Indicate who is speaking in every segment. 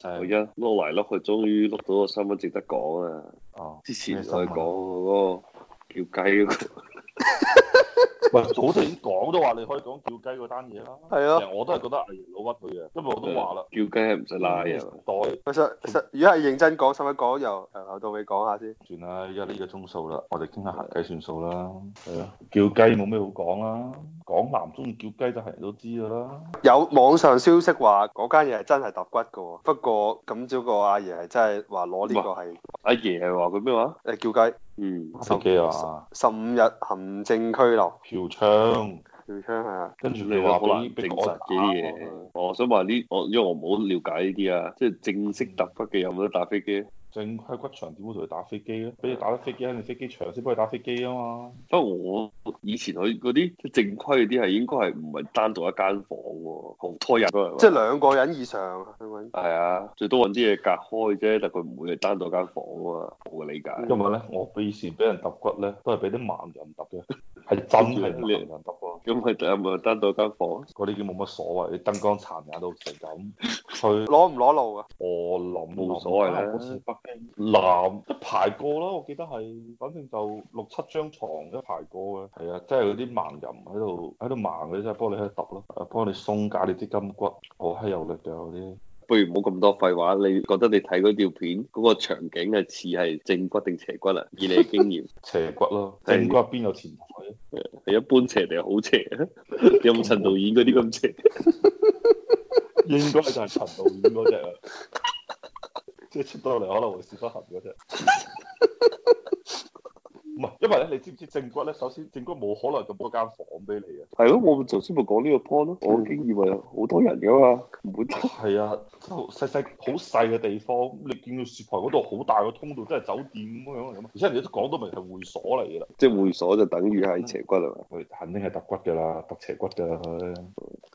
Speaker 1: 係
Speaker 2: 我而家碌嚟碌去，終於碌到個新聞值得講啊！
Speaker 1: 哦，
Speaker 2: 之前
Speaker 1: 咩新
Speaker 2: 我哋
Speaker 1: 聞
Speaker 2: 講嗰個叫雞嗰個。
Speaker 1: 喂，早就已經講都話你可以講叫雞嗰單嘢啦。
Speaker 3: 係啊
Speaker 1: 其實我都係覺得藝人老屈佢嘅，因為我都話啦，
Speaker 2: 叫雞係唔使拉啊！
Speaker 1: 代
Speaker 3: 其實其實如果係認真講，使唔使講由由頭到尾講下先？
Speaker 1: 算啦，依家呢個鐘數啦，我哋傾下閒偈算數啦。係啊，叫雞冇咩好講啦，港男中意叫雞就係人都知㗎啦。
Speaker 3: 有網上消息話嗰間嘢係真係揼骨嘅喎，不過今朝個阿爺係真係話攞呢個係
Speaker 2: 阿爺係話佢咩話？
Speaker 3: 誒叫雞
Speaker 2: 嗯，
Speaker 1: 手機啊，
Speaker 3: 十五日行政拘留，
Speaker 1: 嫖娼，
Speaker 3: 廖昌係啊，
Speaker 1: 跟住
Speaker 2: 你
Speaker 1: 佢
Speaker 2: 話
Speaker 1: 話
Speaker 2: 好
Speaker 1: 俾
Speaker 2: 難證
Speaker 1: 俾
Speaker 2: 實
Speaker 1: 我
Speaker 2: 嘅啲嘢。我想話呢，我因為我唔好了解呢啲啊，即係正式揼骨嘅有冇得打飛機？
Speaker 1: 正規骨場點會同佢打飛機咧？俾你打得飛機，肯定飛機場先幫佢打飛機啊嘛。
Speaker 2: 不過我以前去嗰啲即係正規嗰啲係應該係唔係單獨一間房喎，好多人都係嘛。
Speaker 3: 即係兩個人以上去揾
Speaker 2: 係啊，最多揾啲嘢隔開啫，但佢唔會係單獨間房啊嘛。我嘅理解。
Speaker 1: 因為咧，我以前俾人揼骨咧，都係俾啲盲人揼 嘅，係真係盲人揼喎。
Speaker 2: 咁佢有冇單獨間房？
Speaker 1: 嗰啲已經冇乜所謂，你燈光殘眼到成咁，佢
Speaker 3: 攞唔攞路啊？
Speaker 1: 我諗
Speaker 2: 冇所謂啦
Speaker 1: 好似北京南一排過啦，我記得係，反正就六七張床一排過嘅，係啊，即係嗰啲盲人喺度喺度盲嗰啲，即係幫你喺度揼咯，啊幫你鬆解你啲筋骨，好閪有力嘅嗰啲。
Speaker 2: 不如唔好咁多廢話。你覺得你睇嗰條片嗰、個場景係似係正骨定邪骨啊？以你嘅經 驗，
Speaker 1: 斜骨咯，
Speaker 2: 係
Speaker 1: 正骨邊有前台？啊
Speaker 2: 係一般邪定係好邪 啊？有冇陳導演嗰啲咁邪？
Speaker 1: 應該就係陳導演嗰只啊， 即係出到嚟可能會屎忽痕嗰只。唔係，因為咧，你知唔知正骨咧？首先，正骨冇可能咁多間房俾你啊嘅。
Speaker 2: 係咯，我頭先咪講呢個 point 咯。我經驗係好多人噶嘛，唔會
Speaker 1: 係啊，就細細好細嘅地方，你見到雪旁嗰度好大個通道，真係酒店咁樣咁。而且人哋都講到明係會所嚟㗎啦，
Speaker 2: 即係會所就等於係邪骨啦嘛。
Speaker 1: 佢肯定係揼骨㗎啦，揼斜骨㗎啦佢。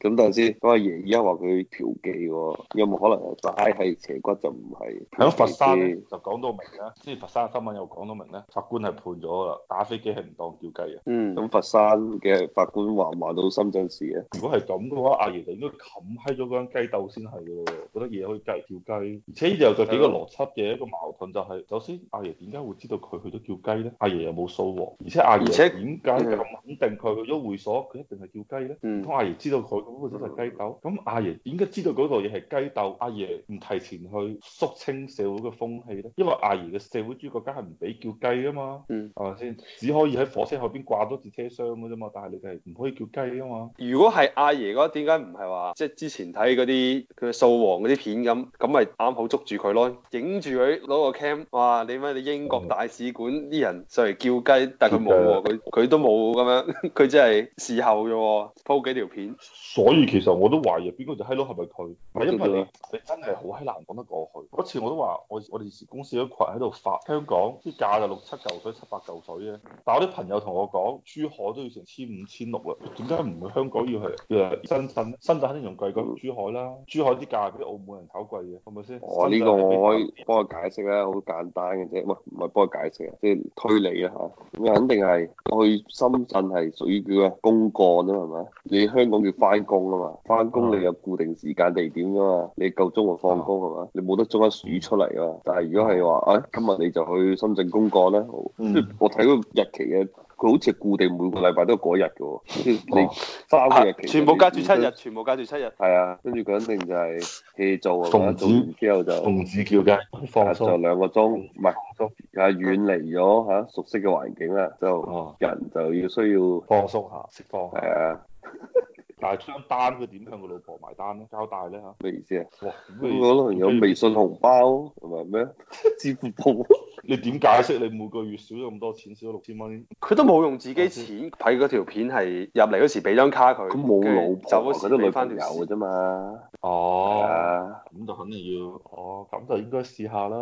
Speaker 2: 咁但係先，嗰阿爺而家話佢嫖妓喎，有冇可能係齋係邪骨就唔係？
Speaker 1: 喺佛山啊咧就講到明啦，之前佛山嘅新聞又講到明咧，法官係判咗㗎啦，打飛機係唔當叫雞嘅。啊
Speaker 3: 嗯，
Speaker 2: 咁佛山嘅法官話唔話到深圳市啊？
Speaker 1: 如果係咁嘅話，阿爺就應該冚閪咗嗰間雞竇先係嘅喎，覺得嘢可以雞叫雞。而且呢度有幾個邏輯嘅一個矛盾就係、首先阿爺點解會知道佢去咗叫雞咧？阿爺又冇數喎，而且阿
Speaker 3: 而
Speaker 1: 爺
Speaker 3: 且
Speaker 1: 點解咁肯定佢去咗會所，佢一定係叫雞咧？
Speaker 3: 嗯
Speaker 1: 唔通阿爺知道佢嗰個真係雞竇？咁阿爺點解知道嗰度嘢係雞竇？阿爺唔提前去肅清社會嘅風氣咧？因為阿爺嘅社會主義國家係唔俾叫雞啊嘛，
Speaker 3: 嗯
Speaker 1: 係咪先？只可以喺火車後邊掛多節車廂嘅啫嘛，但係你哋係唔可以叫雞啊嘛。
Speaker 3: 如果係阿爺嗰，點解唔係話即係之前睇嗰啲佢掃黃嗰啲片咁，咁咪啱好捉住佢咯，影住佢攞個 cam，哇！你乜你英國大使館啲人上嚟叫雞，但係佢冇
Speaker 2: 啊
Speaker 3: 喎，佢佢都冇咁樣， 佢真係事後啫喎，鋪幾條片。
Speaker 1: 所以其實我都懷疑邊個就閪佬係咪佢？唔係因為你你真係好閪難講得過去。嗰次我都話我我哋以前公司有一群喺度發香港啲價就六七嚿水七八嚿水嘅，但我啲朋友同我講珠海都要成千五千六啦，點解唔去香港要係要係深圳咧？深圳肯定仲貴過
Speaker 2: 嗯
Speaker 1: 珠海啦，珠海啲價係比澳門人炒貴嘅，係咪先？
Speaker 2: 哦我呢個我可以幫佢解釋啦，好簡單嘅啫，唔係唔係幫佢解釋啊，即係推理啦嚇。咁肯定係去深圳係屬於叫咩公幹啊嘛，係咪？你香港叫翻工啊嘛，翻工你有固定時間地點噶嘛，你夠鐘就放工啊係嘛，你冇得中間數出嚟啊嘛。但係如果係話，啊今日你就去深圳公幹啦，好
Speaker 1: 嗯
Speaker 2: 即係 我睇嗰個日期嘅，佢好似係固定每個禮拜都有嗰日嘅喎，即 係你三
Speaker 3: 啊
Speaker 2: 個日期
Speaker 3: 哦全部隔住
Speaker 2: 你
Speaker 3: 七日，全部隔住七日。
Speaker 2: 係啊，跟住佢肯定就係 hea 做啊嘛，
Speaker 1: 奉旨
Speaker 2: 做完之後就。
Speaker 1: 奉旨叫雞
Speaker 2: 啊
Speaker 1: 放
Speaker 2: 就
Speaker 1: 鬆
Speaker 2: 兩個鐘，
Speaker 3: 嗯
Speaker 2: 唔係啊，遠離咗嚇熟悉嘅環境啦，就
Speaker 1: 哦
Speaker 2: 人就要需要
Speaker 1: 放鬆下，釋放下。
Speaker 2: 係啊，
Speaker 1: 但係張單佢點向佢老婆埋單咧？交代咧嚇。
Speaker 2: 咩意思啊？
Speaker 1: 哇！
Speaker 2: 咁可能有微信紅包同埋 咩支付寶，
Speaker 1: 你點解釋你每個月少咗咁多錢，少咗六千蚊？
Speaker 3: 佢都冇用自
Speaker 2: 嗯
Speaker 3: 己錢，睇嗰條片係入嚟嗰時俾張卡佢，
Speaker 2: 咁冇老
Speaker 3: 走
Speaker 2: 婆，啊
Speaker 3: 嗰
Speaker 2: 佢
Speaker 3: 時
Speaker 2: 都
Speaker 3: 俾
Speaker 2: 女
Speaker 3: 翻
Speaker 2: 朋友
Speaker 3: 條
Speaker 2: 嘅
Speaker 3: 線
Speaker 2: 啫嘛，係
Speaker 1: 哦，
Speaker 2: 啊，
Speaker 1: 咁就肯定要，哦，咁就應該試下啦。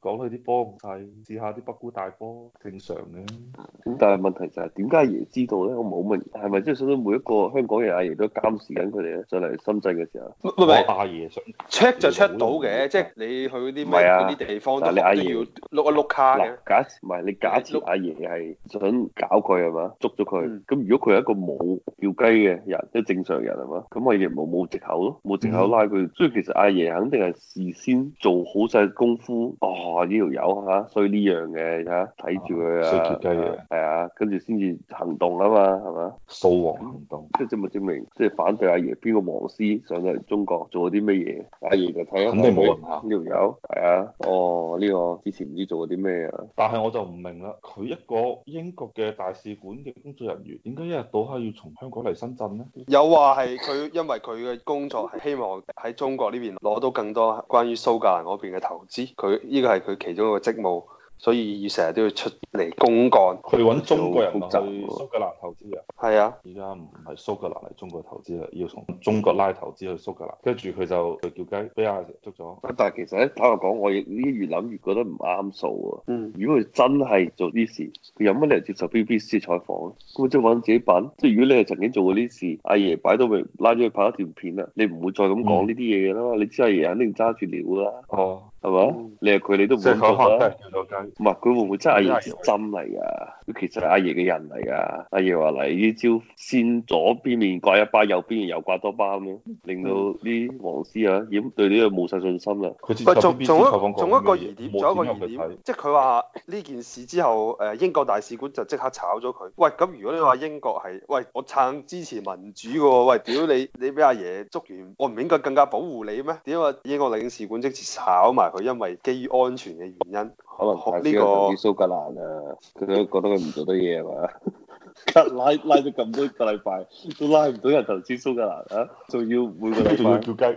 Speaker 1: 講佢啲波唔細，試下啲北姑大波，正常嘅。
Speaker 2: 咁但係問題就係點解阿爺知道咧？我冇問，係咪即係想到每一個香港人阿爺都監視緊佢哋咧？上嚟深圳嘅時候，
Speaker 3: 唔唔
Speaker 1: 我
Speaker 3: 係。
Speaker 1: 阿爺想
Speaker 3: check 就 check 到嘅，即係你去嗰啲
Speaker 2: 唔
Speaker 3: 咩
Speaker 2: 係啊
Speaker 3: 嗰啲地方都
Speaker 2: 但係
Speaker 3: 都
Speaker 2: 你
Speaker 3: 要
Speaker 2: 阿
Speaker 3: 碌
Speaker 2: 爺
Speaker 3: 一碌卡嘅
Speaker 2: 嗱。，假設唔係你假設阿爺係想搞佢係嘛，捉咗佢
Speaker 3: 嗯。
Speaker 2: 咁如果佢係一個冇叫雞嘅人，即係正常人係嘛，咁阿爺冇冇藉口咯，冇藉口友
Speaker 3: 嗯
Speaker 2: 拉佢，所以其實阿爺肯定係事先做好晒功夫。哦，呢條友嚇，所以呢樣嘅嚇，睇住佢
Speaker 1: 啊衰
Speaker 2: 啊
Speaker 1: 脱雞嘅，
Speaker 2: 係啊，跟住先至行動啊嘛，係嘛？
Speaker 1: 掃黃行動。
Speaker 2: 即係證咪證明，即係反對阿爺邊個黃絲上到嚟中國做咗啲咩嘢？阿爺就睇下
Speaker 1: 肯定冇啊人行
Speaker 2: 呢條友係啊，哦呢、個之前唔知做過啲咩啊，
Speaker 1: 但係我就唔明啦，佢一個英國嘅大使館嘅工作人員，點解一日到黑要從香港嚟深圳呢？
Speaker 3: 有話係佢因為佢嘅工作係希望喺中國呢邊攞到更多關於蘇格蘭嗰邊嘅投資，佢呢個係佢其中一個職務，所以成日都要出嚟公幹。
Speaker 1: 佢揾中國人
Speaker 2: 好
Speaker 1: 去
Speaker 2: 複雜喎
Speaker 1: 蘇格蘭投資啊！
Speaker 3: 係啊，
Speaker 1: 而家唔係蘇格蘭嚟中國投資啦，要從中國拉投資去蘇格蘭，跟住佢就佢叫雞俾阿爺捉咗。
Speaker 2: 但係其實咧，坦白講，我亦呢越諗越覺得唔啱數啊。
Speaker 3: 嗯，
Speaker 2: 如果佢真係做啲事，佢有乜理由接受 BBC 嘅採訪咧？咁咪即係揾自己笨。即係如果你係曾經做過呢啲事，阿爺擺到明拉咗佢拍一段片啦，你唔會再咁
Speaker 1: 嗯
Speaker 2: 講呢啲嘢嘅啦嘛。你知阿爺肯定揸住料啦，
Speaker 1: 哦，
Speaker 2: 係嘛？
Speaker 3: 嗯
Speaker 2: 你係佢，你都唔
Speaker 1: 即係
Speaker 2: 會
Speaker 1: 佢可能
Speaker 2: 做啦
Speaker 1: 真。係叫咗雞。
Speaker 2: 唔係佢會唔會真係阿爺針嚟㗎？佢其實係阿爺嘅人嚟㗎。阿爺話嚟呢招先左邊面刮一巴，右邊面又刮多巴咁樣，令到啲黃絲啊已經對呢個冇晒信心啦。
Speaker 1: 佢接受
Speaker 3: 喂，仲
Speaker 1: BBC
Speaker 3: 仲
Speaker 1: 採訪
Speaker 3: 一
Speaker 1: 過
Speaker 3: 仲一
Speaker 1: 冇
Speaker 3: 個疑點，仲一個
Speaker 1: 點入
Speaker 3: 疑
Speaker 1: 去睇
Speaker 3: 點，即係佢話呢件事之後，誒英國大使館就即刻炒咗佢。喂，咁如果你話英國係，喂我撐支持民主嘅喎，喂屌你你俾阿爺捉完，我唔應該更加保護你咩？點解英國領事館即時炒埋佢？因為基於安全嘅原因。
Speaker 2: 可能太
Speaker 3: 呢
Speaker 2: 少
Speaker 3: 個
Speaker 2: 投資蘇格蘭啊，佢都覺得佢唔做得嘢係啊嘛？ 拉拉咗咁多個禮拜，都拉唔到人投資蘇格蘭啊！仲要每個禮
Speaker 1: 仲要
Speaker 2: 拜
Speaker 1: 叫雞。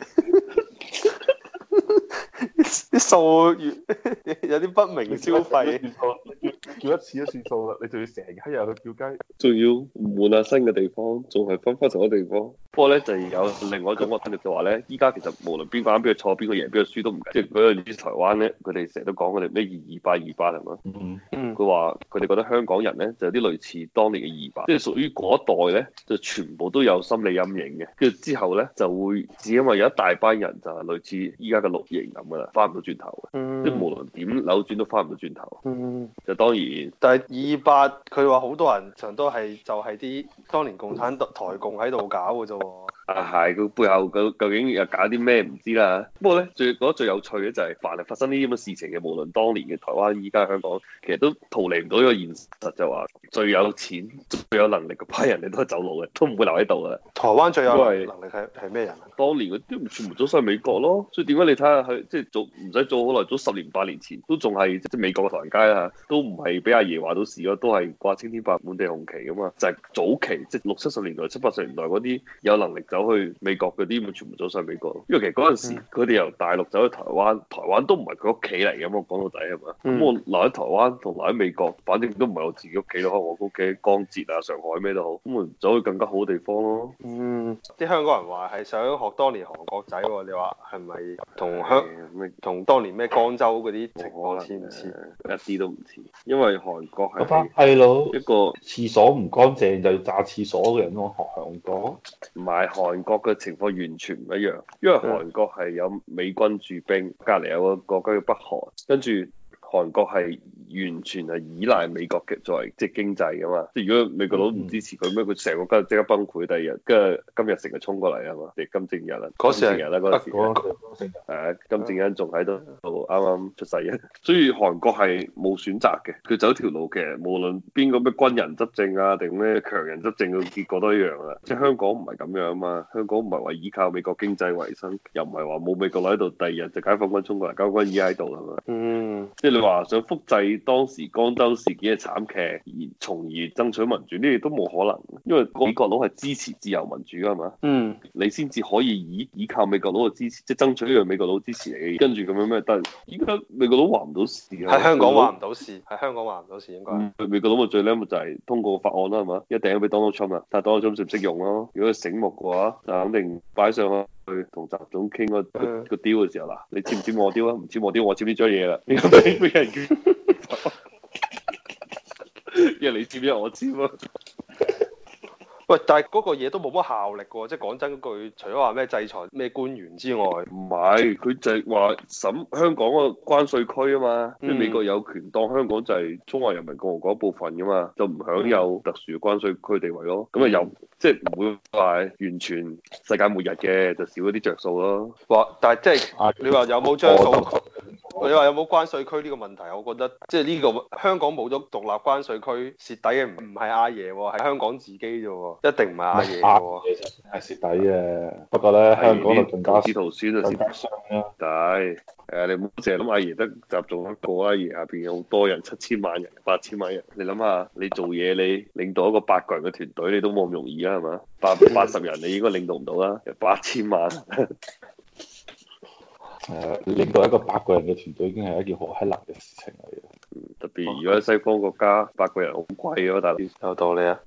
Speaker 2: 遲
Speaker 3: 啲數越 有啲不明消費，
Speaker 1: 叫一次都算數啦，你仲要成日去叫雞。
Speaker 2: 仲要換下新嘅地方，仲係分翻同一個地方。不過咧就有另外一種我聽就話咧，依家其實無論邊個啱邊個錯，邊個贏邊個輸都唔緊。即係嗰陣時台灣咧，佢哋成日都講佢哋咩二二八二八係嘛？
Speaker 1: 嗯，
Speaker 3: 嗯，
Speaker 2: 佢話佢哋覺得香港人咧就有啲類似當年嘅二八，即係屬於嗰一代咧就全部都有心理陰影嘅，跟住之後咧就會只因為有一大班人就係類似依家嘅綠營咁噶啦，翻唔到轉頭嘅，即係
Speaker 3: 嗯，
Speaker 2: 無論點扭轉都翻唔到轉頭。
Speaker 3: 嗯。
Speaker 2: 就當然
Speaker 3: 但係二八，佢話好多人場都係就係啲當年共產台共喺度搞嘅啫喎。
Speaker 2: 啊係，佢背後究究竟又搞啲咩唔知啦。不過咧最覺得最有趣嘅就係凡係發生呢啲咁嘅事情嘅，無論當年嘅台灣、依家香港，其實都逃離唔到呢個現實，就話最有錢、最有能力嗰班人，你都係走佬嘅，都唔會留喺度嘅。
Speaker 3: 台灣最有
Speaker 2: 因為
Speaker 3: 能力係係咩人啊？
Speaker 2: 當年嗰啲全部走晒美國咯，所以點解你睇下佢即係早唔使早好耐，早十年八年前都仲係即係美國嘅唐人街啦，都唔係俾阿爺話到事咯，都係掛青天白滿地紅旗噶嘛，就係、早期即係六七十年代、七八十年代嗰啲有能力走去美國嗰啲，咪全部走晒美國。因為其實嗰陣時
Speaker 3: 嗯
Speaker 2: 佢哋由大陸走去台灣，台灣都唔係佢屋企嚟嘅嘛，講到底係嘛？
Speaker 3: 嗯
Speaker 2: 咁我留喺台灣同留喺美國，反正都唔係我自己屋企咯，我屋企江浙啊、上海咩都好，咁咪走去更加好嘅地方咯。
Speaker 3: 嗯，啲香港人話係想學當年韓國仔喎，你話係咪同香
Speaker 2: 咩
Speaker 3: 同當年咩江州嗰啲情
Speaker 2: 冇
Speaker 3: 況
Speaker 2: 可
Speaker 3: 似
Speaker 2: 能
Speaker 3: 唔似？
Speaker 2: 嘅，一啲都唔似，因為韓國
Speaker 1: 嗰班
Speaker 2: 係
Speaker 1: 係佬
Speaker 2: 一個
Speaker 1: 廁所唔乾淨就要炸廁所嘅人，我學韓國。
Speaker 2: 唔係韓國嘅情況完全唔一樣，因為韓國係有美軍駐兵，隔離有個國家叫北韓，跟住。韓國係完全係依賴美國嘅作為即係經濟噶嘛，即係如果美國佬唔支持佢咩，佢成個國家即刻崩潰，第二日跟住金日成就衝過嚟係嘛，定金正日啊，
Speaker 3: 嗰時係
Speaker 2: 金正日啦嗰陣時
Speaker 1: 嗰個地方成日
Speaker 2: 係啊，金正恩仲喺度，啱啱出世嘅， 所以韓國係冇選擇嘅，佢走條路嘅，無論邊個咩軍人執政啊，定咩強人執政，個結果都一樣啊。即係香港唔係咁樣啊嘛，香港唔係話依靠美國經濟為生，又唔係話冇美國佬喺度，第二日就解放軍衝過嚟，解放軍依家喺度係嘛？
Speaker 3: 嗯，
Speaker 2: 即係你話想複製當時江州事件嘅慘劇，而從而爭取民主，呢啲都冇可能，因為美國佬係支持自由民主㗎係嘛？
Speaker 3: 嗯，
Speaker 2: 你先至可以以依靠美國佬嘅支持，即係爭取呢樣美國佬支持你嘅嘢，跟住咁樣咩？但係依家美國佬話唔到事啊！
Speaker 3: 喺香港話唔到事，喺香港話唔到事應該係。
Speaker 2: 嗯美國佬咪最叻咪就係通過個法案啦，係嘛？一定要俾 Donald Trump 啊，但係 Donald Trump 識唔識用咯？如果佢醒目嘅話，就肯定擺上去同習總傾個個
Speaker 3: 嗯
Speaker 2: 個 deal 嘅時候嗱，你簽唔簽我 deal 啊？唔簽我 deal，我簽呢張嘢啦， 你
Speaker 3: 嗯
Speaker 2: 俾俾人叫，因為你簽，因為我簽啊。
Speaker 3: 喂，但係嗰個嘢都冇乜效力嘅喎，即係講真句，除咗話咩制裁咩官員之外，
Speaker 2: 唔係，佢就係話審香港嗰個關税區啊嘛，即係
Speaker 3: 嗯
Speaker 2: 美國有權當香港就係中華人民共和國一部分噶嘛，就唔享有特殊嘅關税區地位咯。咁啊又即係唔會話完全世界末日嘅，就少咗啲着數咯。
Speaker 3: 話但係即係
Speaker 1: 啊
Speaker 3: 你話有冇將數
Speaker 1: 我都？
Speaker 3: 你話有冇關税區呢個問題？我覺得即係呢個香港冇咗獨立關税區，蝕底嘅唔唔係阿爺喎，係香港自己啫喎，一定唔係阿爺喎。
Speaker 1: 啊係蝕底嘅，不過咧香港就更加
Speaker 2: 司徒孫啊，
Speaker 1: 更加傷啦。
Speaker 2: 係，誒你唔好淨係諗阿爺得集中一個，阿啊爺下邊有好多人，七千萬人、八千萬人。你諗下，你做嘢你領導一個八個人嘅團隊，你都冇咁容易啊，係嘛？八八十人你應該領導唔到啦，八千萬。
Speaker 1: 誒，領導一個百個人嘅團隊已經係一件好閪難嘅事情嚟嘅。
Speaker 2: 特別如果喺西方國家，八個人好貴啊，大佬。
Speaker 3: 有道理啊！